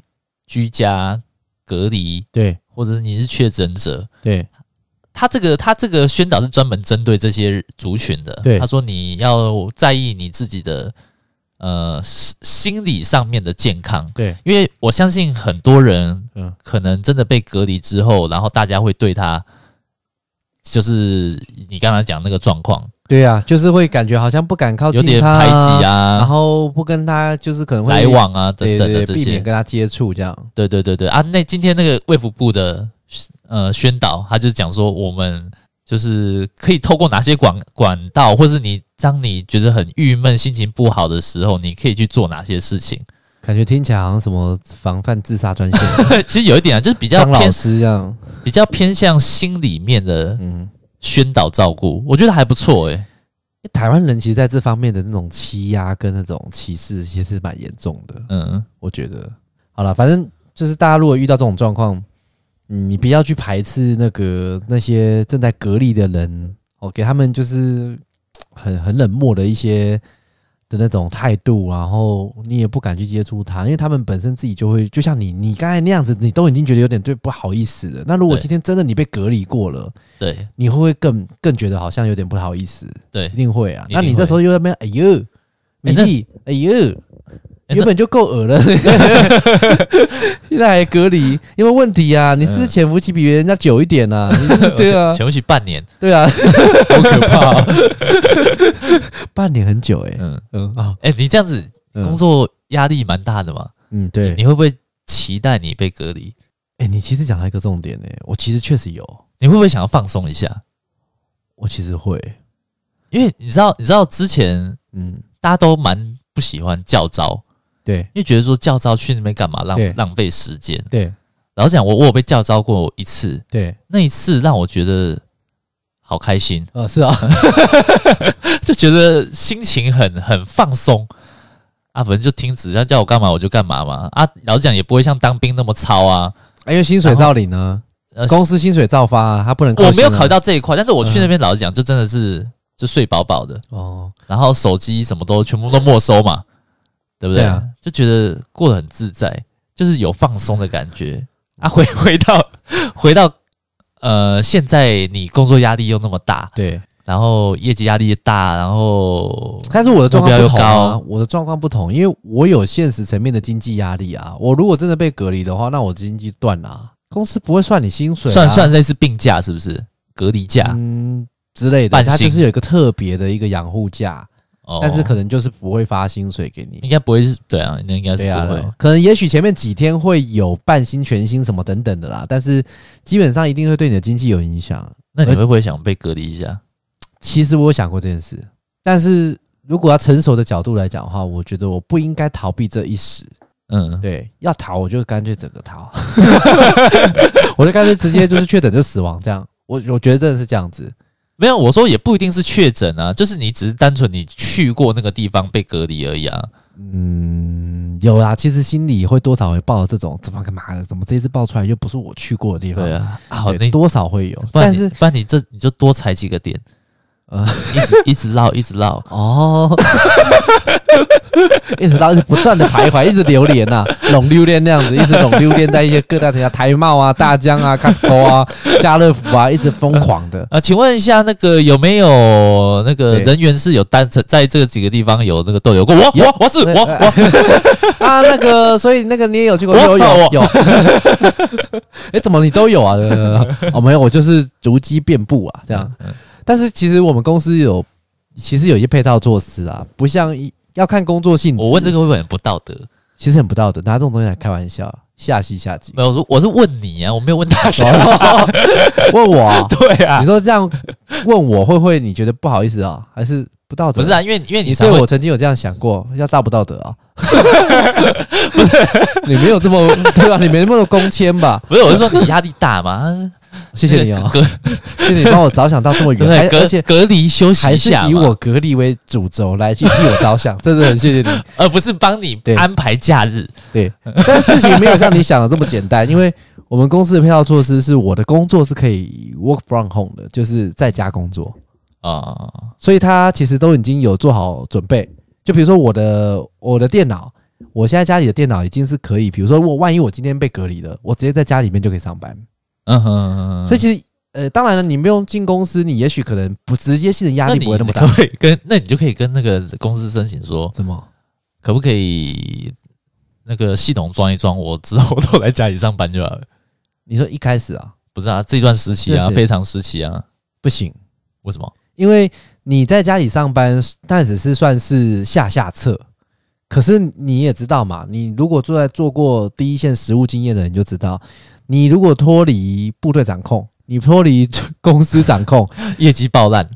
居家隔离，对或者是你是确诊者，对他这个他这个宣导是专门针对这些族群的。对他说你要在意你自己的呃心心理上面的健康， 对因为我相信很多人嗯可能真的被隔离之后，然后大家会对他就是你刚才讲那个状况，对啊，就是会感觉好像不敢靠有近点他啊排挤然啊、后不跟他就是可能会来往啊等对，等对的对，这避些免。跟他接触这样。对对对对啊！那今天那个卫福部的呃宣导，他就讲说，我们就是可以透过哪些管管道，或是你当你觉得很郁闷、心情不好的时候，你可以去做哪些事情。 感觉听起来好像什么防范自杀专线，其实有一点啊，就是 比较张老偏师这样，比较偏向心里面的嗯，宣导照顾，我觉得还不错诶、欸台湾人其实在这方面的那种欺压跟那种歧视，其实蛮严重的。嗯，我觉得，好了，反正就是大家如果遇到这种状况，嗯你不要去排斥那个那些正在隔离的人，哦，给他们就是很很冷漠的一些的那种态度，然后你也不敢去接触他，因为他们本身自己就会，就像你你刚才那样子，你都已经觉得有点对不好意思了。那如果对今天真的你被隔离过了，对你会不会更更觉得好像有点不好意思？对一。定会啊。一定那会你这时候又在那边，哎呦，米粒，哎呦，那原本就够恶了，现在还隔离，有没有问题啊？你是不是潜伏期比人家久一点 啊？你对啊，前不起半年，对啊， 好可怕、哦，半年很久哎、 嗯，嗯啊，哎、你这样子嗯工作压力蛮大的嘛，嗯对，你会不会期待你被隔离？哎、你其实讲到一个重点哎、我其实确实有，你会不会想要放松一下？我其实会，因为你知道，你知道之前嗯，大家都蛮不喜欢教招，对因为觉得说教招去那边干嘛浪对浪费时间。对老实讲，我我有被教招过一次，对，那一次让我觉得好开心， 呃是啊，就觉得心情很很放松。啊，反正就听指教叫我干嘛我就干嘛嘛。啊，老实讲也不会像当兵那么操啊。因为薪水照领呢，呃，公司薪水照发、啊，他不能扣我没有薪啊考虑到这一块，但是我去那边老实讲就真的是就睡饱饱的，哦，然后手机什么都全部都没收嘛，对不对？对啊就觉得过得很自在，就是有放松的感觉啊。回 回到回到呃，现在你工作压力又那么大，对。然后业绩压力大，然后但是我的状况不目同标又啊高，我的状况不同，因为我有现实层面的经济压力啊。我如果真的被隔离的话，那我经济断了啊、公司不会算你薪水、啊，算算类似病假是不是？隔离假、嗯之类的，半薪它就是有一个特别的一个养护假，哦，但是可能就是不会发薪水给你。应该不会是对啊，那应该是对啊不会。，可能也许前面几天会有半薪、全薪什么等等的啦，但是基本上一定会对你的经济有影响。那你会不会想被隔离一下？其实我有想过这件事，但是如果要成熟的角度来讲的话，我觉得我不应该逃避这一时。嗯，对， 要逃我就干脆整 个逃， 我就干脆直接就是确诊就死亡这样。我我觉得真的是这样子，没有，我说也不一定是确诊啊，就是你只是单纯你去过那个地方被隔离而已啊。嗯，有啦，其实心里会多少会抱这种，怎么干嘛的？怎么这一次爆出来又不是我去过的地方？对对，啊，啊好，你多少会有，不然但你是不然你这你就多踩几个点， 呃。呃，一直一直绕一直绕 哦， 一直到不断的徘徊，一直榴莲呐、拢榴莲那样子，一直拢榴莲在一些各大城市，台茂啊、大江啊、卡口啊、家乐福啊，一直疯狂的。啊，请问一下，那个有没有那个对人员是有单在在这几个地方有那个逗留过？我有我我是我我啊，那个， 所以那个你也有去过？我有有 我有。哎、怎么你都有啊？对对对对哦，没有，我就是足迹遍布啊，这嗯样。但是其实我们公司有，其实有一些配套措施啊，不像一要看工作性质。我问这个会不会很不道德？其实很不道德，拿这种东西来开玩笑，下戏下级。没有，我说我是问你啊，我没有问大家。哦 问我啊、呃 对啊你，说这样问我会不会你觉得不好意思啊、还是不道德？不是啊，因为因为你你对才会我曾经有这样想过，要道不道德 啊？不是，你没有这么对吧、啊你没那么公谦吧？不是，我是说你压力大嘛。 谢谢你哦，隔谢谢你帮我着想到这么对不远， 还对？而且 隔隔离休息还一是下以嘛我隔离为主轴来去替我着想，真的很谢谢你。而不是帮你对安排假日。对，但事情没有像你想的这么简单，因为我们公司的配套措施是我的工作是可以 work from home 的，就是在家工作。哦，所以他其实都已经有做好准备。就比如说我的我的电脑，我现在家里的电脑已经是可以，比如说我万一我今天被隔离了，我直接在家里面就可以上班。嗯哼嗯哼，所以其实呃，当然了，你不用进公司，你也许可能不直接性的压那力你不会那么你大。可不可以跟那你就可 以跟那个公司申请说，什么？可不可以那个系统装一装，我之后都来家里上班就好了。你说一开始啊，不是啊，这段时期啊，是是非常时期啊，不行，为什么？因为你在家里上班，那只是算是下下策。可是你也知道嘛，你如果坐在做过第一线实务经验的人，你就知道，你如果脱离部队掌控，你脱离公司掌控， 业绩爆烂，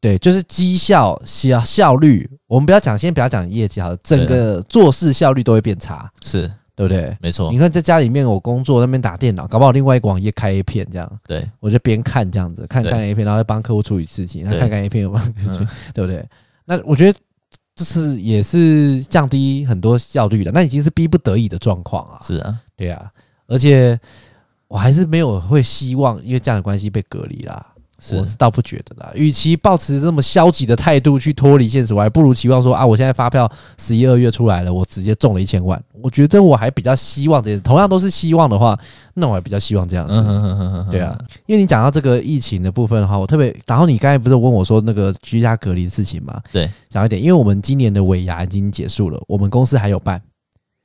对，就是绩效效效率，我们不要讲，先不要讲业绩好了，整个做事效率都会变差，是对不对？没错你，看在家里面我工作那边打电脑，搞不好另外一个网页开 A 片这样，对，我就边看这样子，看对看 A 片，然后再帮客户处理事情，然后对看看 A 片，我帮客户处理嗯，对不对？那我觉得就是也是降低很多效率了，那已经是逼不得已的状况啊。是啊，对啊，而且我还是没有会希望因为这样的关系被隔离啦。是我是倒不觉得啦。与其抱持这么消极的态度去脱离现实，我还不如期望说啊，我现在发票十一二月出来了，我直接中了一千万。我觉得我还比较希望这件事，同样都是希望的话，那我还比较希望这样嗯子。哼哼哼哼哼对啊，，因为你讲到这个疫情的部分的话，我特别，然后你刚才不是问我说那个居家隔离的事情吗？对，讲一点，因为我们今年的尾牙已经结束了，我们公司还有办。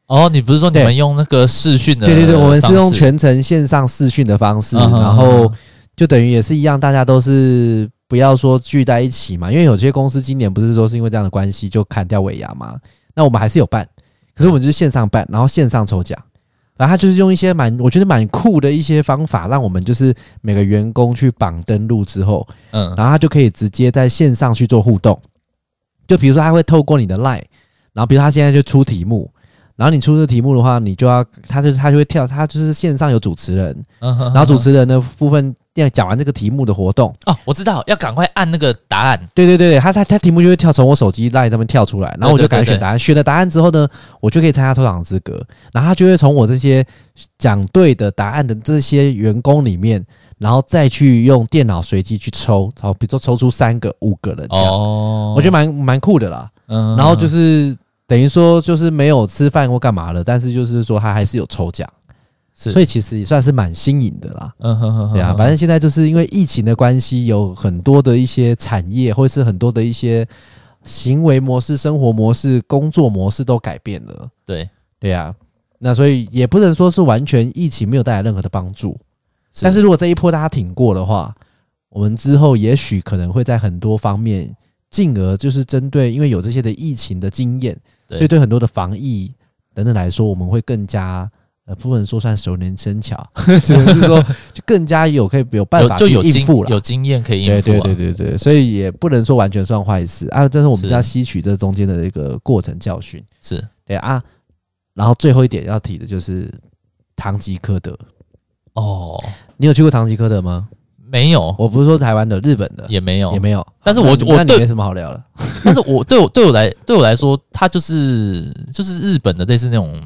哦，你不是说你对们用那个视讯的？对对对，我们是用全全程线上视讯的方式，嗯哼然后就等于也是一样，大家都是不要说聚在一起嘛，因为有些公司今年不是说是因为这样的关系就砍掉尾牙嘛，那我们还是有办，可是我们就是线上办，然后线上抽奖。然后他就是用一些蛮，我觉得蛮酷的一些方法，让我们就是每个员工去绑登录之后，嗯然后他就可以直接在线上去做互动。就比如说，他会透过你的 line，然后比如他现在就出题目，然后你出这题目的话，你就要他就他就会跳，他就是线上有主持人，嗯哼，然后主持人的部分要讲完这个题目的活动，哦，我知道，要赶快按那个答案，对对对，他他他题目就会跳从我手机 line 上面跳出来，然后我就对对赶对快选对答案，选了答案之后呢，我就可以参加抽奖的资格，然后他就会从我这些讲对的答案的这些员工里面。然后再去用电脑随机去抽，好，比如说抽出三个、五个人这样，哦，我觉得蛮蛮酷的啦。嗯，嗯然后就是等于说就是没有吃饭或干嘛了，但是就是说他还是有抽奖，是所以其实也算是蛮新颖的啦。嗯哼哼哼，对啊，哼反正现在就是因为疫情的关系，有很多的一些产业或者是很多的一些行为模式、生活模式、工作模式都改变了。对对啊，那所以也不能说是完全疫情没有带来任何的帮助，但是如果这一波大家挺过的话，我们之后也许可能会在很多方面，进而就是针对因为有这些的疫情的经验，对所以对很多的防疫等等来说，我们会更加呃，不能说算熟能 生巧，只能是说就更加有可以有办有法就去有应经付了有。经验可以应对付对啊，对对对，所以也不能说完全算坏事啊，但是我们是就要吸取这中间的一个过程教训。是对啊，然后最后一点要提的就是堂吉诃德，哦，你有去过堂吉诃德吗？没有，我不是说台湾的，日本的也没有，也没有。但是我那你我那你对没什么好聊了。 但是我对我对我来对我来说，它就是就是日本的类似那种，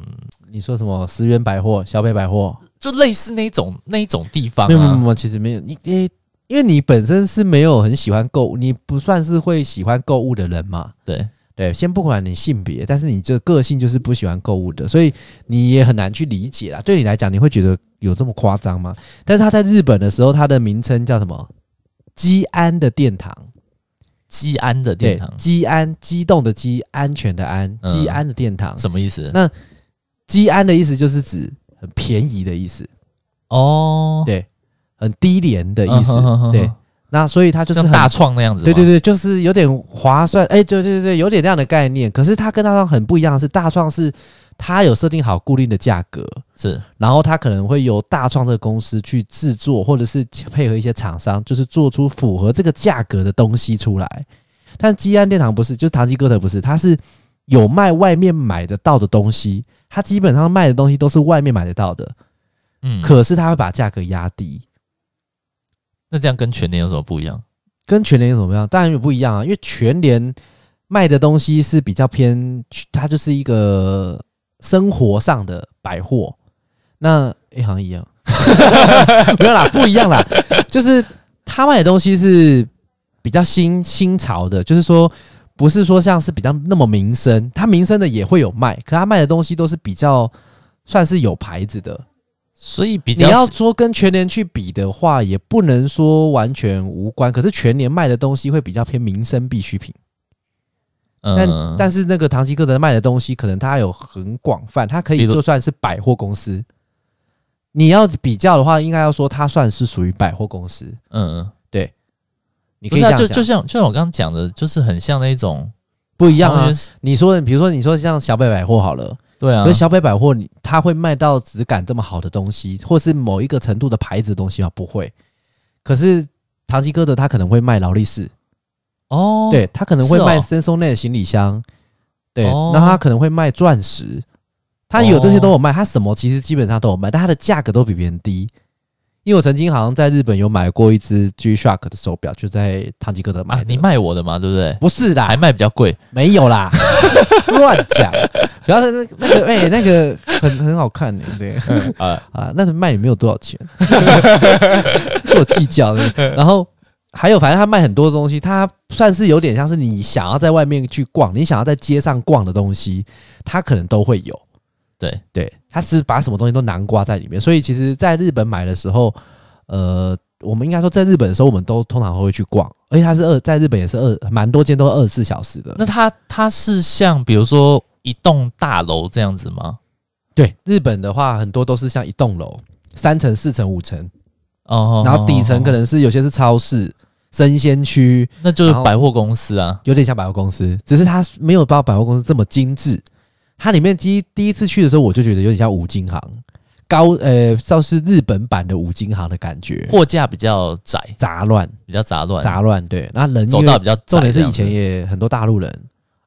你说什么十元百货、小北百货？就类似那一种那一种地方没有没有啊没。有，其实没有。你诶、因为你本身是没有很喜欢购物，你不算是会喜欢购物的人嘛。对，对，先不管你性别，但是你这个性就是不喜欢购物的，所以你也很难去理解啦。对你来讲，你会觉得有这么夸张吗？但是他在日本的时候，它的名称叫什么？基安的殿堂，基安的殿对堂，基安，激动的激，安全的安，嗯基安的殿堂。什么意思那？基安的意思就是指很便宜的意思，哦，对，很低廉的意思。嗯哼哼哼对，那所以它就是像很大创那样子。对对，对，就是有点划算，哎、对对对，有点那样的概念。可是它跟大创很不一样的是，大创是它有设定好固定的价格，是然后它可能会由大创这个公司去制作，或者是配合一些厂商，就是做出符合这个价格的东西出来。但基安殿堂不是，就是唐吉诃德不是，它是有卖外面买得到的东西，它基本上卖的东西都是外面买得到的，嗯，可是它会把价格压低。那这样跟全年有什么不一样？跟全联有什么样？当然有不一样啊，因为全联卖的东西是比较偏，它就是一个生活上的百货。那诶、好像一样， 没有啦，不一样啦，就是他卖的东西是比较新新潮的，就是说不是说像是比较那么民生，他民生的也会有卖，可他卖的东西都是比较算是有牌子的，所以比你较要是说跟全年去比的话，也不能说完全无关。可是全年卖的东西会比较偏民生必需品，但、嗯，但是那个唐吉诃德卖的东西，可能它有很广泛，它可比以如就算是百货公司。你要比较的话，应该要说它算是属于百货公司，嗯嗯，你可不以是这啊，样就讲，就像就像我刚刚讲的，就是很像那种不一样桃啊园。是你说的，比如说你说像小北百货好了，对啊可，是小北百货你它会卖到质感这么好的东西，或是某一个程度的牌子的东西吗？不会。可是唐吉诃德它可能会卖劳力士，哦，对他可能会是哦卖 s e n s o n e 的行李箱，对，哦那他可能会卖钻石，他有这些都有卖，他什么其实基本上都有卖，但他的价格都比别人低。因为我曾经好像在日本有买过一只 G Shock 的手表，就在唐吉诃德买啊的、，你卖我的嘛，对不对？不是啦还，卖比较 贵，没 有啦，乱讲。主要是那那个哎、那个很很好看的、对。啊，啊，那卖也没有多少钱， 跟我计较的。然后还有，反正他卖很多东西，他算是有点像是你想要在外面去逛，你想要在街上逛的东西，他可能都会有。对对，他是把什么东西都南瓜在里面，所以其实在日本买的时候，呃，我们应该说在日本的时候，我们都通常会去逛，而且它是二在日本也是二蛮多间都二十四小时的。那它它是像比如说一栋大楼这样子吗？对日本的话，很多都是像一栋楼，三层、四层、五层。哦，然后底层可能能是有些是超市、生鲜区，那就是然后百货公司啊，有点像百货公司，只是它没有到百货公司这么精致。它里面第一第一次去的时候，我就觉得有点像五金行，高呃，像是日本版的五金行的感觉，货架比较窄，杂乱比较杂乱，杂乱。对，那人走因为道比较窄。重点是以这样前子也很多大陆人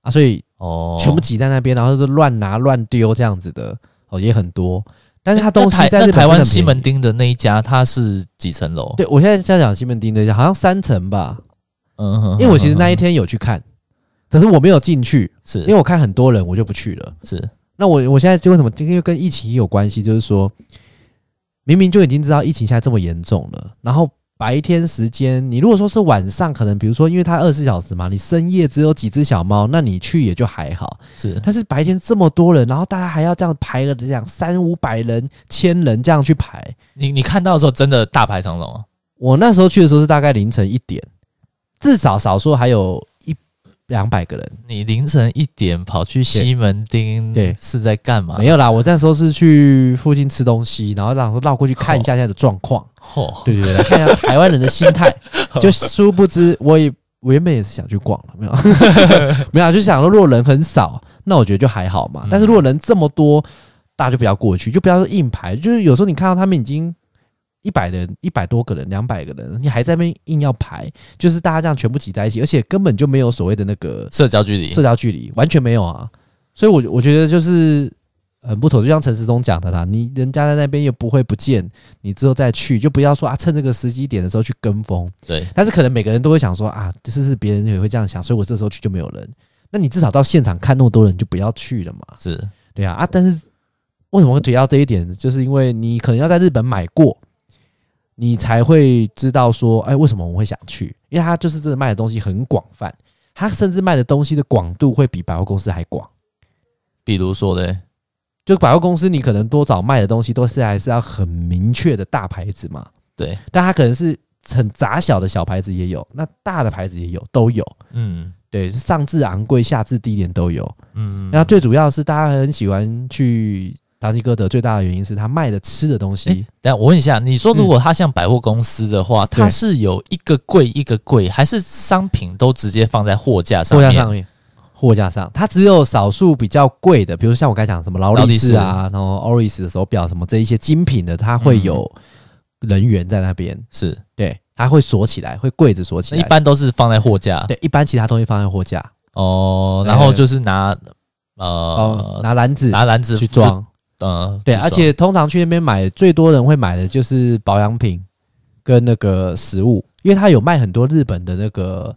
啊，所以哦，全部挤在那边，然后就乱拿乱丢这样子的哦，也很多。但是它那东西台在日那本台真的湾很西便宜门町的那一家，它是几层楼？对我现在在讲西门町的，好像三层吧，嗯哼，因为我其实那一哼天有去看，可是我没有进去，哼是因为我看很多人，我就不去了。是那我我现在就为什么？因为跟疫情也有关系，就是说，明明就已经知道疫情现在这么严重了，然后白天时间，你如果说是晚上，可能比如说，因为它二十四小时嘛，你深夜只有几只小猫，那你去也就还好。是但是白天这么多人，然后大家还要这样排个两三五百人、千人这样去排。你你看到的时候真的大排长龙啊，我那时候去的时候是大概凌晨一点，至少少说还有一两百个人。你凌晨一点跑去西门町，对是在干嘛？没有啦，我那时候是去附近吃东西，然后让绕过去看一下现在的状况，嚯， 对对对，来看一下台湾人的心 态。就殊不知，我也我原本也是想去逛了，没有， 没有啊，就想说如果人很少，那我觉得就还好嘛。嗯但是如果人这么多，大家就不要过去，就不要说硬排。就是有时候你看到他们已经一百人、一百多个人、两百个人，你还在那边硬要排，就是大家这样全部挤在一起，而且根本就没有所谓的那个社交距离社交距离完全没有啊，所以我我觉得就是很不妥，就像陈时中讲的啦，你人家在那边又不会不见，你之后再去就不要说啊，趁这个时机点的时候去跟风。对但是可能每个人都会想说啊，就是是别人也会这样想，所以我这时候去就没有人。那你至少到现场看那么多人，你就不要去了嘛。是，对啊啊！但是为什么会提到这一点？就是因为你可能要在日本买过，你才会知道说，哎，为什么我们会想去？因为它就是真的卖的东西很广泛，它甚至卖的东西的广度会比百货公司还广。比如说嘞，就百货公司，你可能多找卖的东西都是还是要很明确的大牌子嘛，对，但它可能是很杂小的小牌子也有，那大的牌子也有，都有。嗯对，是上至昂贵，下至低廉都有。嗯，那最主要是大家很喜欢去达基哥德，最大的原因是他卖的吃的东西。诶等一下我问一下，你说如果它像百货公司的话，它嗯对是有一个柜一个柜，还是商品都直接放在货架上货面？架上面，货架上，它只有少数比较贵的，比如像我刚才讲什么劳劳力力士啊，然后 Oris 的手表什么这一些精品的，它会有嗯人员在那边，是，对，它会锁起来，会柜子锁起那来。一般都是放在货架。对，一般其他东西放在货架，哦，对然后就是拿哦，呃拿篮子拿篮子去，装。嗯，对，去装而且通常去那边买，最多人会买的就是保养品跟那个食物，因为它有卖很多日本的那个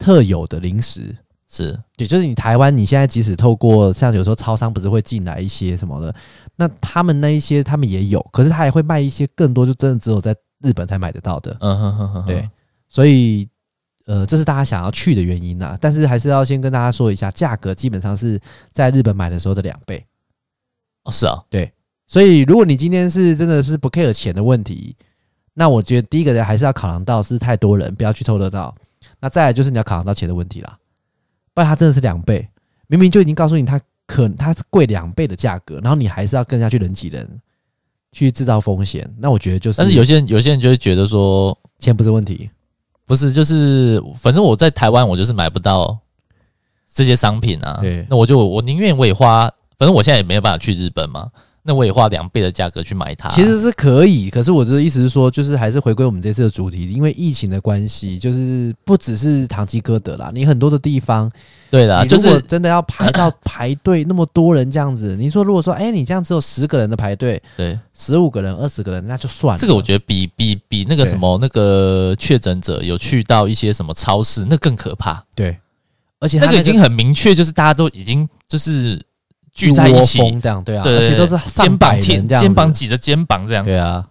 特有的零食。是对，就是你台湾，你现在即使透过像有时候超商不是会进来一些什么的，那他们那一些他们也有，可是他还会卖一些更多，就真的只有在日本才买得到的。嗯哼哼哼，对，，所以呃，这是大家想要去的原因呐、但是还是要先跟大家说一下，价格基本上是在日本买的时候的两倍。哦是啊，所以，如果你今天是真的是不 care 钱的问题，那我觉得第一个人还是要考量到是太多人，不要去凑得到。那再来就是你要考量到钱的问题啦，不然它真的是两倍，明明就已经告诉你它可它是贵两倍的价格，然后你还是要跟下去人挤人，去制造风险。那我觉得就是，但是有些人有些人就会觉得说，钱不是问题，不是，就是反正我在台湾，我就是买不到这些商品啊。对那我就我宁愿我也花，反正我现在也没有办法去日本嘛，那我也花两倍的价格去买它。其实是可以。可是我的意思是说，就是还是回归我们这次的主题，因为疫情的关系，就是不只是堂吉诃德啦，你很多的地方。对啦，你啊就如果是真的要排到排队那么多人这样子， 你说如果说，哎、你这样只有十个人的排队，对十五个人、二十个人，那就算了。这个，我觉得比比比那个对什么那个确诊者有去到一些什么超市，那更可怕。对，而哎且他那个已经很明确，就是大家都已经就是聚在一起如窝，蜂这样，对啊，对，而且都是肩上百膀人贴这样子肩膀挤着肩膀这样。对啊。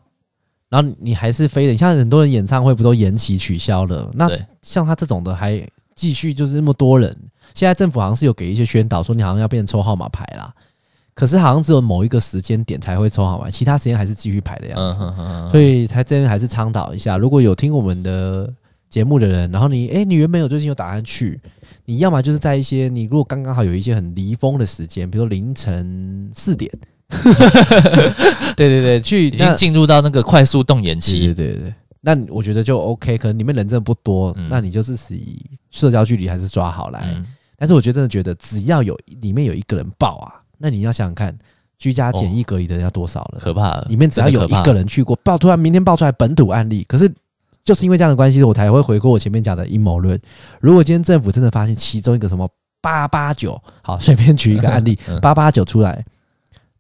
然后你还是非得，像很多人演唱会不都延期取消了？那对像他这种的还继续就是那么多人，现在政府好像是有给一些宣导，说你好像要变成抽号码牌啦。可是好像只有某一个时间点才会抽号码，其他时间还是继续排的样嗯子。哼哼哼，所以他这边还是倡导一下，如果有听我们的节目的人，然后你诶，你原本有最近有打算去，你要么就是在一些你如果刚刚好有一些很离峰的时间，比如说凌晨四 点，对对对，去已那经进入到那个快速动眼对对期。对对，那我觉得就 OK，可能里面人真的不多，嗯那你就是以社交距离还是抓好来。嗯，但是我觉得真的觉得，只要有里面有一个人爆啊，那你要想想看，居家哦检疫隔离的人要多少了？可怕了。里面只要有真的一可个怕人去过，爆突然明天爆出来本土案例，可是就是因为这样的关系，我才会回归我前面讲的阴谋论。如果今天政府真的发现其中一个什么八八九，好， 随便举一个案 例嗯，八八九出来，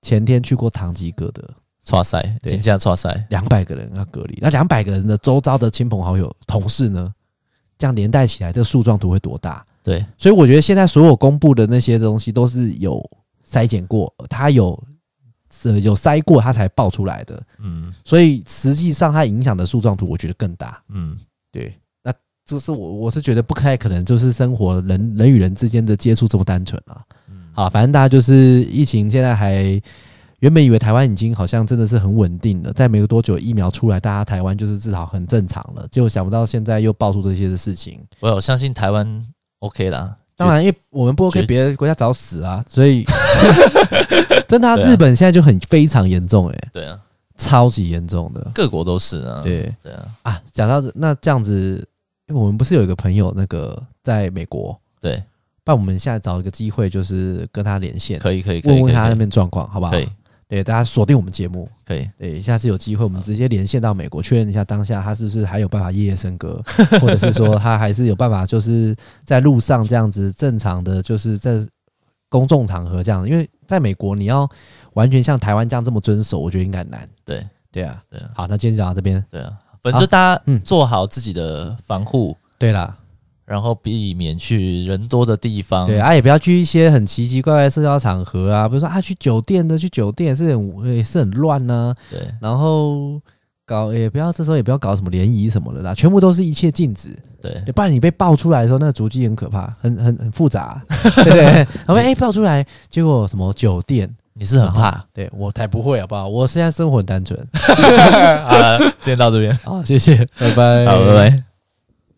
前天去过堂吉诃德刷塞，对请假刷塞，两百个人要隔离，那两百个人的周遭的亲朋好友、同事呢，这样连带起来，这个树状图会多大？对，所以我觉得现在所有公布的那些东西都是有筛检过，它有呃有筛过，它才爆出来的。嗯所以实际上它影响的树状图，我觉得更大。嗯，对，那这是我我是觉得不太可能，就是生活人人与人之间的接触这么单纯啊。嗯好，反正大家就是疫情现在还原本以为台湾已经好像真的是很稳定了，在没有多久疫苗出来，大家台湾就是至少很正常了，结果想不到现在又爆出这些的事情。我有相信台湾 OK 啦，当然，因为我们不觉 OK，别的国家早死啊，所以 真的啊、对啊日本现在就很非常严重、欸，诶，对啊，超级严重的。各国都是啊，对，对啊，啊，讲到这那这样子，因为我们不是有一个朋友那个在美国，对，那我们现在找一个机会，就是跟他连线，可以可以可以，问问可以他那边状况，好不好？可以对，大家锁定我们节目，可以，对，下次有机会我们直接连线到美国，确认一下当下他是不是还有办法夜夜笙歌，或者是说他还是有办法就是在路上这样子正常的，就是在公众场合这样，因为在美国你要完全像台湾这样这么遵守，我觉得应该很难。对对啊，对啊好，那今天讲到这边。对啊，反正就大家嗯做好自己的防护，对啦，然后避免去人多的地方。对啊，也不要去一些很奇奇怪怪的社交场合啊，比如说啊，去酒店的去酒店是很呃是很乱呢、对然后搞也不要这时候也不要搞什么联谊什么的啦，全部都是一切禁止，对对不然你被爆出来的时候，那个足迹很可怕，很很很复杂， 对不对？然后哎、爆出来，结果什么酒店，你是很怕对我才不会好不好？ 我现在生活很单纯。哦啊？今天到这边，好，谢谢，拜拜，好，拜拜。